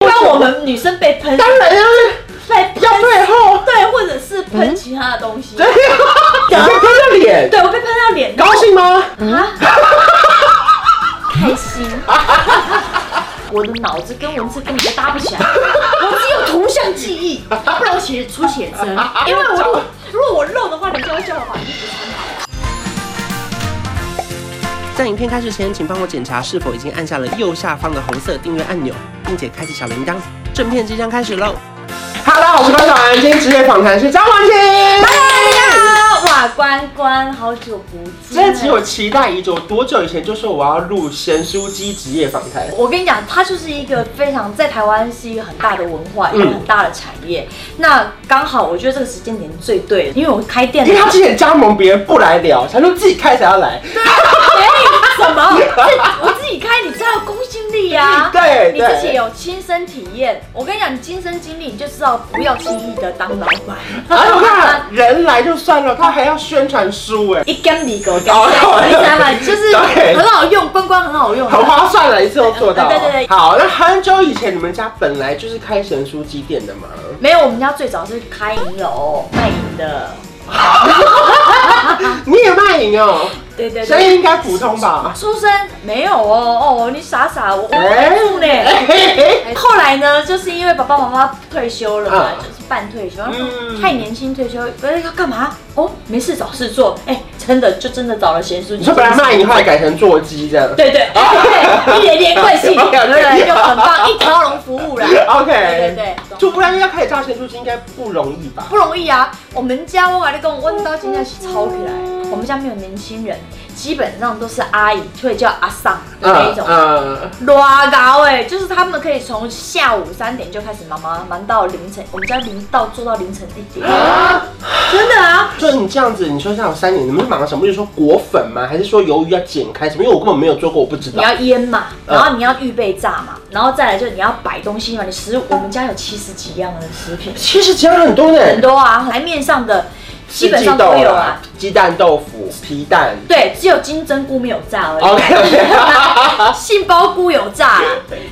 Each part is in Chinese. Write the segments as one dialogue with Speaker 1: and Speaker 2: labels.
Speaker 1: 我们女生被喷，
Speaker 2: 当然要
Speaker 1: 被喷
Speaker 2: 要对后，
Speaker 1: 对，或者是喷其他的东西。
Speaker 2: 对，你被喷到脸，
Speaker 1: 对我被喷到脸，
Speaker 2: 高兴吗？
Speaker 1: 啊，开 心。我的脑子跟文字根本就搭不 起来，我只有图像记忆，不然我写出写 真。因为我如果我漏的话，人家会叫我把衣服穿好。
Speaker 2: 在影片开始前，请帮我检查是否已经按下了右下方的红色订阅按钮，并且开启小铃铛。正片即将开始喽！Hello，我是关团，今天职业访谈是张婉婷。
Speaker 1: 大家好，哇，关关，好久不
Speaker 2: 这
Speaker 1: 见。
Speaker 2: 集我期待已久，多久以前就说我要录咸酥鸡职业访谈？
Speaker 1: 我跟你讲，它就是一个非常在台湾是一个很大的文化，一
Speaker 2: 嗯
Speaker 1: 个很大的产业。那刚好，我觉得这个时间点最对，因为我开店
Speaker 2: 因
Speaker 1: 了，
Speaker 2: 为他之前加盟别人不来聊，他说自己开才要来。
Speaker 1: 哎，什么？我自己开，你才有公信力呀、啊。
Speaker 2: 对
Speaker 1: 你自己
Speaker 2: 对，
Speaker 1: 有亲身体验，我跟你讲，你亲身经历，你就知道不要轻易的当老板。
Speaker 2: 哎，我看人来就算了，他还要宣传书，哎，
Speaker 1: 一干你狗干
Speaker 2: 哦
Speaker 1: 我 跟你讲啊，就是
Speaker 2: 对
Speaker 1: 很好用，关关很好用。
Speaker 2: 很划算了，一次都做到。
Speaker 1: 对对对
Speaker 2: 好，那很久以前你们家本来就是开咸酥鸡店的嘛？
Speaker 1: 没有，我们家最早是开银楼卖淫的，
Speaker 2: 你也卖淫哦，
Speaker 1: 对对
Speaker 2: 生
Speaker 1: 对。
Speaker 2: 意应该普通吧？
Speaker 1: 出生没有哦哦，你傻傻，我我
Speaker 2: 哎
Speaker 1: 不呢。
Speaker 2: 嘿嘿嘿
Speaker 1: 后来呢，就是因为爸爸妈妈退休了嘛，
Speaker 2: 嗯
Speaker 1: 就是半退休，
Speaker 2: 嗯
Speaker 1: 太年轻退休，不是要干嘛？哦，没事找事做，哎，真的就真的找了闲书。
Speaker 2: 你说本来卖淫，后来改成做鸡这样
Speaker 1: 对对，哎对，一连连贯性，
Speaker 2: OK，OK
Speaker 1: 对不对？就很棒，一条龙服务啦。
Speaker 2: ？OK，
Speaker 1: 对对对，
Speaker 2: 就不然要开始炸咸酥鸡应该不容易吧？
Speaker 1: 不容易啊！我们家我跟你讲，我到现在是吵起来，我们家没有年轻人，基本上都是阿姨，会叫阿桑的那一种。
Speaker 2: 嗯，
Speaker 1: 拉高哎，就是他们可以从下午三点就开始忙忙忙到凌晨，我们家零到做到凌晨一点，真的啊！
Speaker 2: 所以你这样子，你说像有三年，你们是忙什么？就是说裹粉吗？还是说鱿鱼要剪开什么？因为我根本没有做过，我不知
Speaker 1: 你
Speaker 2: 道。
Speaker 1: 要腌嘛，
Speaker 2: 嗯
Speaker 1: 然后你要预备炸嘛，然后再来就是你要摆东西嘛，你食物我们家有七十几样的食品，
Speaker 2: 其实讲很多呢，
Speaker 1: 很多啊，台面上的基本上都
Speaker 2: 四季
Speaker 1: 有
Speaker 2: 豆
Speaker 1: 啊。，
Speaker 2: 鸡蛋豆腐、皮蛋。
Speaker 1: 对，只有金针菇没有炸 而已。
Speaker 2: OK OK，
Speaker 1: 杏鲍菇有炸啦，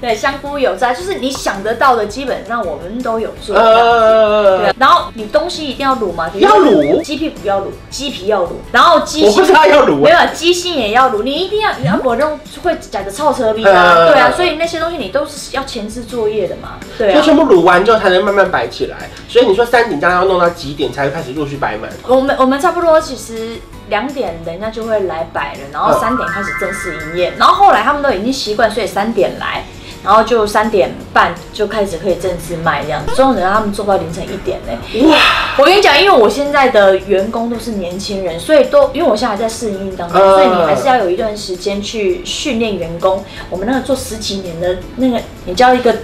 Speaker 1: 对，香菇有炸，就是你想得到的，基本上我们都有做。
Speaker 2: 呃，
Speaker 1: 对，然啊后你东西一定要卤嘛，比如
Speaker 2: 要
Speaker 1: 说
Speaker 2: 卤，
Speaker 1: 鸡屁股要卤，鸡皮要卤，然后鸡
Speaker 2: 我不
Speaker 1: 心
Speaker 2: 知道要卤
Speaker 1: 没
Speaker 2: 味。
Speaker 1: 有鸡心也要卤，你一定要，然后我那种会讲的臭车逼啊，
Speaker 2: 呃
Speaker 1: 对啊，所以那些东西你都是要前置作业的嘛，对
Speaker 2: 就
Speaker 1: 啊。
Speaker 2: 全部卤完之后才能慢慢摆起来，所以你说三点这样要弄到几点才会开始陆续摆满？
Speaker 1: 我们我们差不多其实两点人家就会来摆了，然后
Speaker 2: 嗯
Speaker 1: 三点开始正式营业，然后后来他们都已经习惯，所以三点来，然后就三点半就开始可以正式卖这样，这种人他们做到凌晨一点呢、
Speaker 2: 哇，
Speaker 1: 我跟你讲，因为我现在的员工都是年轻人，所以都因为我现在还在试营运当中，
Speaker 2: 嗯
Speaker 1: 所以你还是要有一段时间去训练员工。我们那个做十几年的那个，你叫一个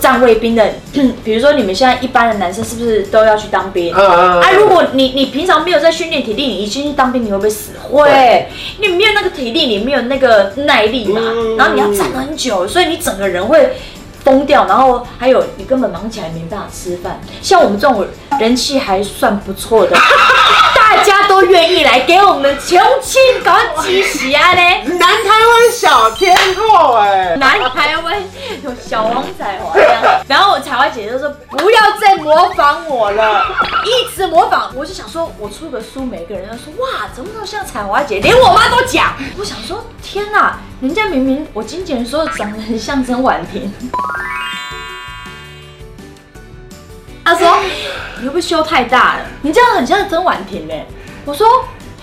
Speaker 1: 站卫兵的， 比如说你们现在一般的男生是不是都要去当兵？
Speaker 2: 呃，
Speaker 1: 啊，如果你你平常没有在训练体力，你一进去当兵，你会不会死？会
Speaker 2: 对，
Speaker 1: 你没有那个体力，你没有那个耐力嘛，
Speaker 2: 嗯
Speaker 1: 然后你要站很久，所以你整个人会疯掉，然后还有你根本忙起来没办法吃饭。像我们这种人气还算不错 的，大家都愿意来给我们穷亲搞几喜啊 嘞！
Speaker 2: 南台湾小天后哎、
Speaker 1: 南台湾有小王彩华这样，然后我彩华姐就说不要再模仿我了，一直模仿，我就想说，我出个书，每个人都说哇，怎么那么像彩华姐，连我妈都讲。我想说，天哪、人家明明我经纪人说长得很像曾婉婷，她说你会不会修太大了？你这样很像曾婉婷呢、欸我说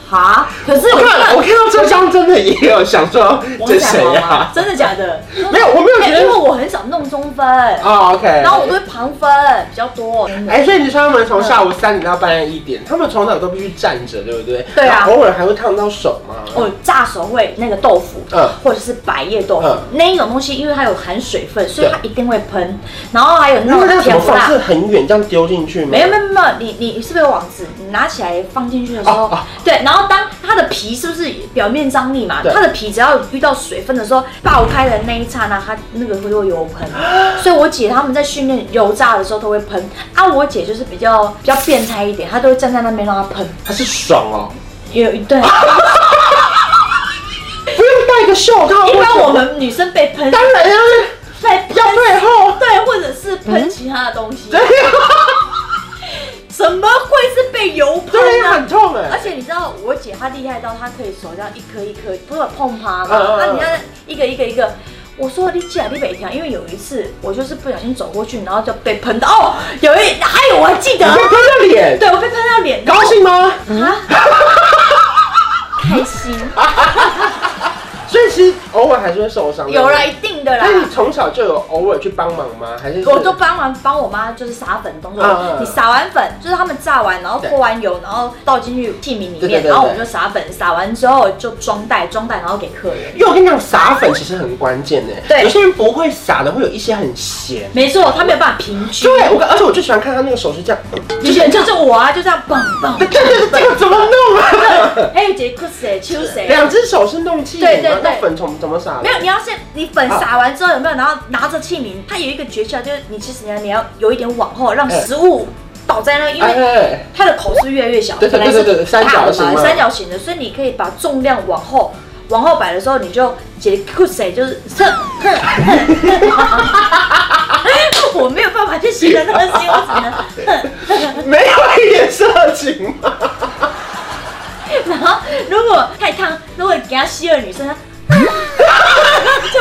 Speaker 1: 哈，可是
Speaker 2: 我看我看到这张真的也有想说
Speaker 1: 王
Speaker 2: 这
Speaker 1: 彩
Speaker 2: 谁啊
Speaker 1: 华
Speaker 2: 呀、
Speaker 1: 吗？真的假的？
Speaker 2: 没有，我没有
Speaker 1: 哎
Speaker 2: 觉
Speaker 1: 因为
Speaker 2: 得。
Speaker 1: 我很少弄中分，
Speaker 2: 哦，OK、
Speaker 1: 然后
Speaker 2: o
Speaker 1: 我
Speaker 2: k
Speaker 1: 都会旁分比较多。真的
Speaker 2: 哎、所以你说他们从下午三点到半夜一点，他们从早都必须站着，对不对？
Speaker 1: 对啊哦
Speaker 2: 然后偶尔还会烫到手嘛。
Speaker 1: 我炸手会那个豆腐，
Speaker 2: 嗯
Speaker 1: 或者是百叶豆腐、
Speaker 2: 嗯
Speaker 1: 那一种东西，因为它有含水分，所以
Speaker 2: 对
Speaker 1: 它一定会喷。然后还有
Speaker 2: 那
Speaker 1: 那
Speaker 2: 那
Speaker 1: 种
Speaker 2: 个怎么
Speaker 1: 甜不
Speaker 2: 放？
Speaker 1: 辣
Speaker 2: 是，很远这样丢进去吗？
Speaker 1: 没有没有没有，你你你是不是有网子？你拿起来放进去的时候，
Speaker 2: 哦哦
Speaker 1: 对，然后当它的皮是不是表面张力嘛？
Speaker 2: 对
Speaker 1: 它的皮只要遇到水分的时候爆开的那一刹那，它那个会油 喷。所以我姐他们在训练油炸的时候都会喷啊，我姐就是比较比较变态一点，她都会站在那边让它喷。
Speaker 2: 它是爽哦，
Speaker 1: 有一对，
Speaker 2: 不用戴个袖套。
Speaker 1: 一般
Speaker 2: 或者
Speaker 1: 我们女生被喷，
Speaker 2: 当然要
Speaker 1: 被喷
Speaker 2: 要对后，
Speaker 1: 对，或者是
Speaker 2: 嗯欸
Speaker 1: 姐她厉害到她可以手这样一颗一颗，不是有碰趴
Speaker 2: 嗯嗯
Speaker 1: 吗？啊
Speaker 2: 嗯
Speaker 1: 那你看一个一个一个。我说你既然你北条，因为有一次我就是不小心走过去，然后就被喷到哦，有一还有我还记得
Speaker 2: 你，被喷到脸，
Speaker 1: 对我被喷到脸，然后
Speaker 2: 高兴吗？
Speaker 1: 啊， 开心，
Speaker 2: 所以其实偶尔还是会受伤。
Speaker 1: 有
Speaker 2: 了
Speaker 1: 啦，，一定的啦
Speaker 2: 那。你从小就有偶尔去帮忙吗？还是
Speaker 1: 我都帮忙帮我妈，就是撒粉的动作。
Speaker 2: 嗯嗯
Speaker 1: 你撒完粉，就是他们炸完，然后泼完油，然后倒进去器皿里面，
Speaker 2: 对对对对
Speaker 1: 然后我们就撒粉，撒完之后就装袋，装袋然后给客人。
Speaker 2: 因为我跟你讲，撒粉其实很关键呢。
Speaker 1: 对
Speaker 2: 有些人不会撒的，会有一些很咸。
Speaker 1: 没错，他没有办法平均。
Speaker 2: 对，我跟而且我最喜欢看他那个手是这样，
Speaker 1: 以前就是我啊，就这样棒棒。
Speaker 2: 对对对，这个怎么弄啊？
Speaker 1: 还有杰克谁秋谁？
Speaker 2: 两只手是弄气眼
Speaker 1: 对
Speaker 2: 吗
Speaker 1: 对？对
Speaker 2: 那粉怎么怎么撒？
Speaker 1: 没有，你要先你粉
Speaker 2: 啊
Speaker 1: 撒完之后有没有？然后拿着器皿，它有一个诀窍，就是你其实你要你要有一点往后，让食物倒在那，因
Speaker 2: 哎，
Speaker 1: 为
Speaker 2: 哎哎
Speaker 1: 它的口是越来越小，
Speaker 2: 对
Speaker 1: 本
Speaker 2: 对
Speaker 1: 来是
Speaker 2: 对对对三角
Speaker 1: 大的
Speaker 2: 形
Speaker 1: 嘛
Speaker 2: 嘛
Speaker 1: 三角形的，所以你可以把重量往后往后摆的时候，你就解裤谁就是哼哼哼，我没有办法去形容那个形容词，哼哼。
Speaker 2: 没有一点色情吗？
Speaker 1: 然后如果太烫，如果给他吸了女生，她就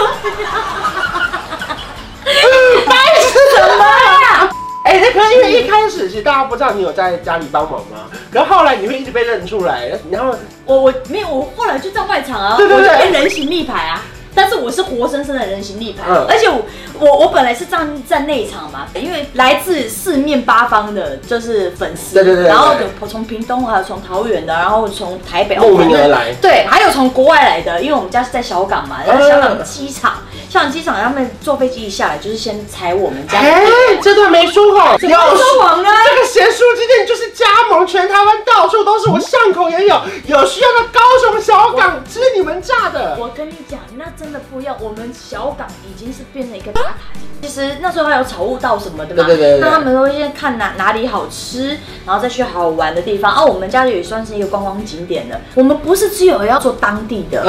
Speaker 2: 白痴
Speaker 1: 什么呀？
Speaker 2: 哎，那可能因为一开始其实大家不知道你有在家里帮忙嘛，然后后来你会一直被认出来，然后
Speaker 1: 我我没有，我后来就在外场啊，
Speaker 2: 对对对
Speaker 1: 我就变人形立牌啊。但是我是活生生的人形立牌，
Speaker 2: 嗯
Speaker 1: 而且我我我本来是站站内场嘛，因为来自四面八方的，就是粉丝，
Speaker 2: 对对对对
Speaker 1: 然后有从屏东啊，从桃园的，然后从台北，
Speaker 2: 慕名
Speaker 1: 哦
Speaker 2: 而来嗯
Speaker 1: 对，还有从国外来的，因为我们家是在小港嘛，然后香港机场，香港机场他们坐飞机一下来就是先踩我们家，
Speaker 2: 哎，这段没说好，
Speaker 1: 怎么会
Speaker 2: 有
Speaker 1: 说谎呢？
Speaker 2: 这个咸酥鸡店就是加盟全台湾到处都是，我巷口也有，有需要的高雄、小港吃你们炸的。
Speaker 1: 我跟你讲，那真的不一样。我们小港已经是变成一个大台。其实那时候还有草悟道什么的嘛，
Speaker 2: 对对对对对
Speaker 1: 那他们都会先看哪哪里好吃，然后再去好玩的地方。啊，我们家里也算是一个观光景点了。我们不是只有要做当地的，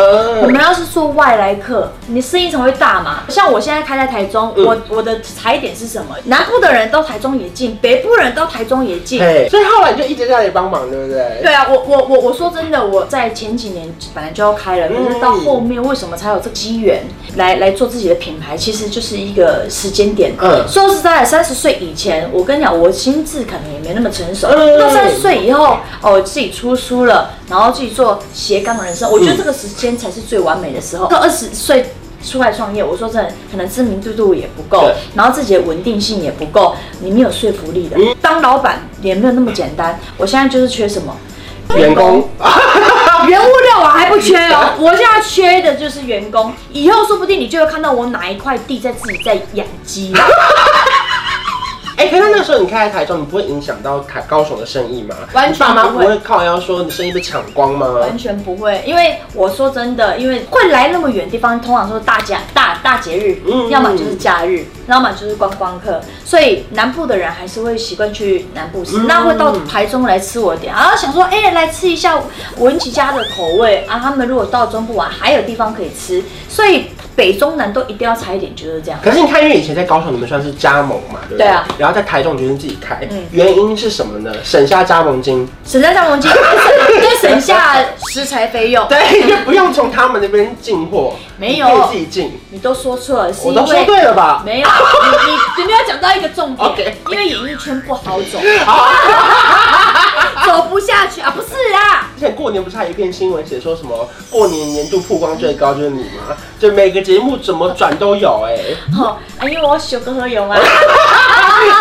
Speaker 1: 我
Speaker 2: 嗯
Speaker 1: 们，要是做外来客，你生意才会大嘛。像我现在开在台中，
Speaker 2: 嗯
Speaker 1: 我我的踩点是什么？南部的人到台中也近，北部人到台中也近。
Speaker 2: 嘿，所以后来你就一直在那里帮忙，对不对？
Speaker 1: 对啊，我我我我说真的，我在前几年本来就要开了，
Speaker 2: 嗯
Speaker 1: 可是到后面为什么才有这个机缘来来做自己的品牌？其实就是一个时间点。
Speaker 2: 嗯
Speaker 1: 说实在的，三十岁以前，我跟你讲，我心智可能也没那么成熟。
Speaker 2: 嗯
Speaker 1: 到三十岁以后，哦，自己出书了，然后自己做斜杠人生，我觉得这个时间才是最完美的时候。到二十岁。出来创业，我说真的，可能知名度度也不够
Speaker 2: 对，
Speaker 1: 然后自己的稳定性也不够，你没有说服力的。
Speaker 2: 嗯
Speaker 1: 当老板也没有那么简单。我现在就是缺什么？
Speaker 2: 员工，
Speaker 1: 啊原物料我还不缺哦，我现在缺的就是员工。以后说不定你就会看到我哪一块地在自己在养 鸡了。
Speaker 2: 哎，可是那个时候你开在台中，你不会影响到台高雄的生意吗？
Speaker 1: 完全
Speaker 2: 你爸妈
Speaker 1: 不
Speaker 2: 不
Speaker 1: 会
Speaker 2: 会靠腰说你生意被抢光吗？
Speaker 1: 完全不会，因为我说真的，因为会来那么远的地方，通常说大假大大节日，
Speaker 2: 嗯
Speaker 1: 要么就是假日，要么就是观光客，所以南部的人还是会习惯去南部吃，
Speaker 2: 嗯
Speaker 1: 那会到台中来吃我的店，然后想说，哎、来吃一下文琪家的口味啊，他们如果到中部玩，还有地方可以吃，所以北中南都一定要踩一点，就是这样。
Speaker 2: 可是你看，因为以前在高雄你们算是加盟嘛，对不对？
Speaker 1: 对啊。
Speaker 2: 然后在台中决定自己开，
Speaker 1: 嗯
Speaker 2: 原因是什么呢？省下加盟金，
Speaker 1: 省下张文 金，就省下食材费用。
Speaker 2: 对，就不用从他们那边进货，
Speaker 1: 没有
Speaker 2: 你可以自己进。
Speaker 1: 你都说错了，是
Speaker 2: 我
Speaker 1: 因
Speaker 2: 都说
Speaker 1: 为
Speaker 2: 对了吧？
Speaker 1: 没有你你你没有讲到一个重点
Speaker 2: OK，
Speaker 1: 因为演艺圈不好走，
Speaker 2: 啊
Speaker 1: 走不下去啊，不是啊。
Speaker 2: 之前过年不是还有一篇新闻写说什么过年年度曝光最高就是你吗？就每个节目怎么转都有哎、
Speaker 1: 哦，哎因为我修哥喝 泳啊，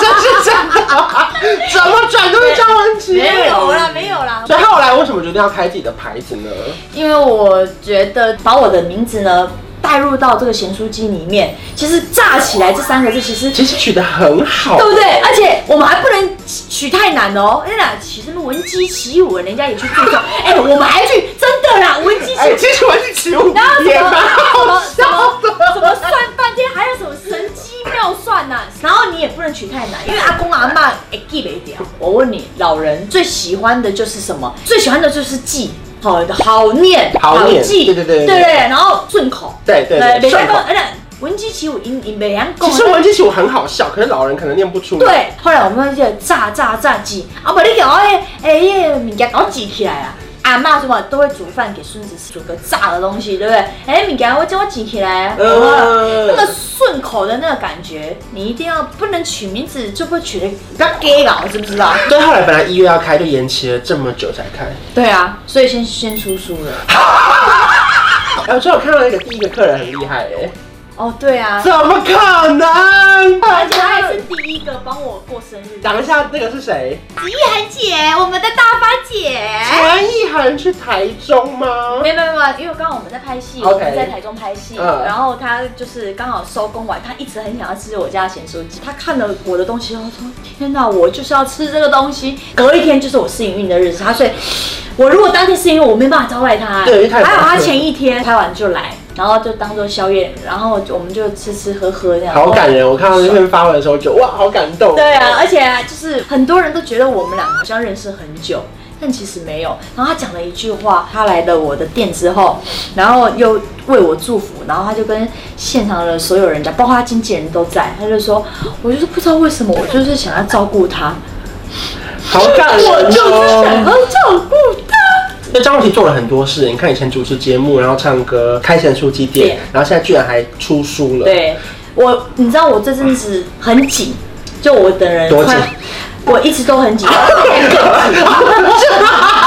Speaker 2: 这是真 的，啊怎么转都是张文琪。
Speaker 1: 没有啦，没有啦，
Speaker 2: 所以后来为什么决定要开自己的牌子呢？
Speaker 1: 因为我觉得把我的名字呢带入到这个咸酥鸡里面，其实炸起来这三个字其实
Speaker 2: 其实取得很好
Speaker 1: 对，不对？而且我们还不能取太难哦，哎呀，取什么文姬起舞，人家也去注重。哎，我们还去真的啦，文姬
Speaker 2: 哎、
Speaker 1: 起舞，
Speaker 2: 其实我是起舞
Speaker 1: 然后
Speaker 2: 也
Speaker 1: 什么
Speaker 2: 蛮
Speaker 1: 什
Speaker 2: 好
Speaker 1: 么什
Speaker 2: 笑
Speaker 1: 么
Speaker 2: 的。
Speaker 1: 什么算半天，还有什么神机妙算呐、然后你也不能取太难，因为阿公阿妈哎记不掉。我问你，老人最喜欢的就是什么？最喜欢的就是记。好好念，
Speaker 2: 好念
Speaker 1: 记，
Speaker 2: 对对对对
Speaker 1: 对
Speaker 2: 对
Speaker 1: 对，然后顺口，
Speaker 2: 对对对
Speaker 1: 每天
Speaker 2: 顺口
Speaker 1: 都哎，那文姬起舞，你你每样
Speaker 2: 其实文姬起舞很好笑，可是老人可能念不出。，
Speaker 1: 哎对，后来我们就炸炸炸挤，啊不，你给我诶诶，迄个物件给我挤起来啊，阿嬷什么都会煮饭给孙子吃，煮个炸的东西，对不对？哎，米干，我叫我捡起来，啊
Speaker 2: 嗯
Speaker 1: 那个顺口的那个感觉，你一定要不能取名字，就不会取的那 gay 佬，知不知道？
Speaker 2: 对，后来本来一月要开，就延期了这么久才开。
Speaker 1: 对啊，所以先先出书了。
Speaker 2: 哎，我最后看到那个第一个客人很厉害哎，
Speaker 1: 哦，对啊，
Speaker 2: 怎么可能？
Speaker 1: 而且他也是第一个帮我过生日的，
Speaker 2: 讲一下那个是谁？
Speaker 1: 子怡涵姐，我们的大发姐。
Speaker 2: 陈意涵去台中吗？
Speaker 1: 没有没有没有，因为刚好我们在拍戏
Speaker 2: OK
Speaker 1: 我们在台中拍戏，
Speaker 2: 嗯
Speaker 1: 然后他就是刚好收工完，他一直很想要吃我家的咸酥鸡，他看了我的东西，他说：“天哪，我就是要吃这个东西。”隔一天就是我试营运的日子，他所以，我如果当天试营运，我没办法招待他，
Speaker 2: 对因为太忙
Speaker 1: 还
Speaker 2: 了
Speaker 1: 好他前一天拍完就来，然后就当做宵夜，然后我们就吃吃喝喝这样，
Speaker 2: 好感人！我看到那篇发文的时候，就哇，好感动。
Speaker 1: 对啊，而且啊就是很多人都觉得我们两个好像认识很久，但其实没有。然后他讲了一句话，他来了我的店之后，然后又为我祝福，然后他就跟现场的所有人讲，包括他经纪人都在，他就说，我就是不知道为什么，我就是想要照顾他，
Speaker 2: 好感人
Speaker 1: 我就是想
Speaker 2: 哦！
Speaker 1: 要照顾他。
Speaker 2: 那张若琪做了很多事，你看以前主持节目，然后唱歌，开成书记店
Speaker 1: 对，
Speaker 2: 然后现在居然还出书了。，
Speaker 1: 对我，你知道我这阵子很紧，就我的人
Speaker 2: 多紧
Speaker 1: 快，我一直都很紧， 两个紧。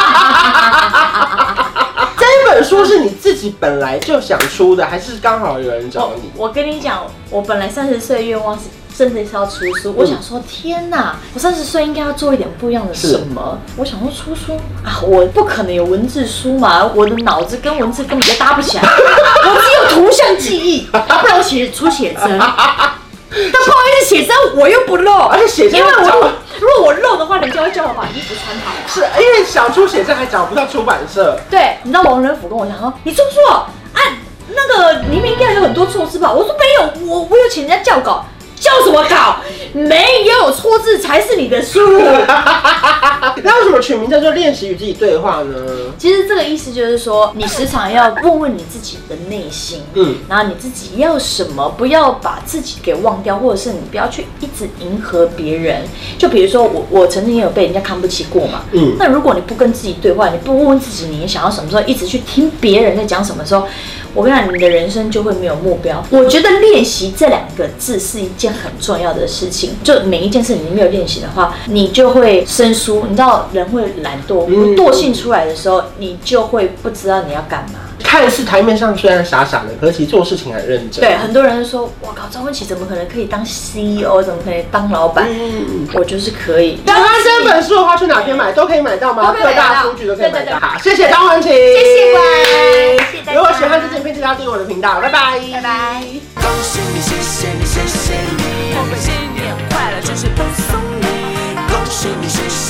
Speaker 2: 这本书是你自己本来就想出的，还是刚好有人找你？
Speaker 1: 哦我跟你讲，我本来三十岁的愿望是真的是要出
Speaker 2: 嗯
Speaker 1: 书，我想说天哪，我三十岁应该要做一点不一样的什么？我想说出书啊，我不可能有文字书嘛，我的脑子跟文字根本就搭不起来， 我只有图像记忆，不然我写出写 真。但不好意思，写真我又不露，
Speaker 2: 而且写真
Speaker 1: 因为
Speaker 2: 找
Speaker 1: 我如果我露的话，人家会叫我把衣服穿好。
Speaker 2: 是因为想出写真还找不到出版社，
Speaker 1: 对，你知道王仁甫跟我讲说，你做不做啊？那个里面应该有很多错字吧？我说没有，我我有请人家校稿，校什么稿？没有错字才是你的书。
Speaker 2: 那为什么取名叫做《练习与自己对话》呢？
Speaker 1: 其实这个意思就是说，你时常要问问你自己的内心，
Speaker 2: 嗯
Speaker 1: 嗯，然后你自己要什么，不要把自己给忘掉，或者是你不要去一直迎合别人。就比如说我，我曾经也有被人家看不起过嘛，
Speaker 2: 嗯
Speaker 1: 嗯，那如果你不跟自己对话，你不问问自己你想要什么时候，一直去听别人在讲什么时候，我跟你讲，你的人生就会没有目标。我觉得练习这两个字是一件很重要的事情，就每一件事你没有练习的话，你就会生疏。你知道人会懒惰，
Speaker 2: 嗯
Speaker 1: 不惰性出来的时候，你就会不知道你要干嘛。
Speaker 2: 看似台面上虽然傻傻的，可是其实做事情很认真。
Speaker 1: 对，，很多人说，我靠，张文琪怎么可能可以当 CEO，怎么可能当老板？
Speaker 2: 嗯。
Speaker 1: 我就是可以。
Speaker 2: 那他这本书的话，去哪边买都可以买到吗？
Speaker 1: 都可以
Speaker 2: 各
Speaker 1: 买到
Speaker 2: 大书局都可以买
Speaker 1: 对对对
Speaker 2: 到。好，谢谢张文琪，谢
Speaker 1: 谢乖谢谢大家
Speaker 2: 如果喜欢这支影片，记得要订阅我的频道，拜拜，拜拜。
Speaker 3: 恭喜你，谢谢你，谢谢你，我们新年快乐，就是恭送你。恭喜你，谢谢